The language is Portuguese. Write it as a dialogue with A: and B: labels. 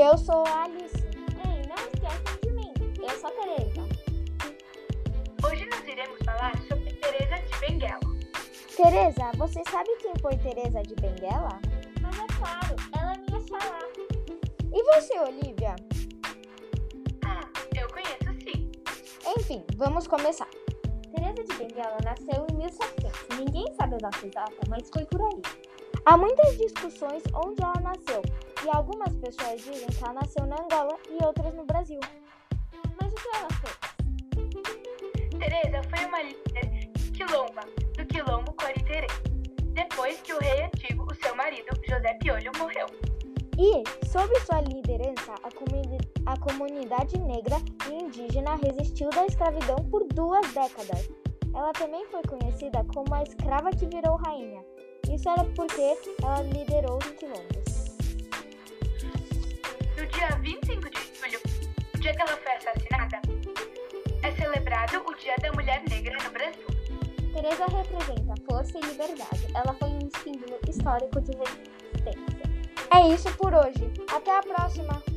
A: eu sou a Alice.
B: Ei, não esquece de mim. Eu sou a Tereza.
C: Hoje nós iremos falar sobre Teresa de Benguela.
A: Teresa, você sabe quem foi Teresa de Benguela?
B: Mas é claro, ela é minha xará.
A: E você, Olivia?
C: Hum, eu conheço sim.
A: Enfim, vamos começar.
B: Teresa de Benguela nasceu em 1700. Ninguém sabe a data exata, mas foi por aí.
A: Há muitas discussões onde ela nasceu, e algumas pessoas dizem que ela nasceu na Angola e outras no Brasil.
B: Mas o que ela fez?
C: Teresa foi uma líder quilomba do quilombo Coriterê, depois que o rei antigo, o seu marido, José Piolho, morreu.
A: E, sob sua liderança, a, comuni- a comunidade negra e indígena resistiu da escravidão por duas décadas. Ela também foi conhecida como a escrava que virou rainha. Isso era porque ela liderou os quilombos.
C: No dia 25 de julho, o dia que ela foi assassinada, é celebrado o Dia da Mulher Negra no Brasil.
B: Teresa representa força e liberdade. Ela foi um símbolo histórico de resistência.
A: É isso por hoje. Até a próxima!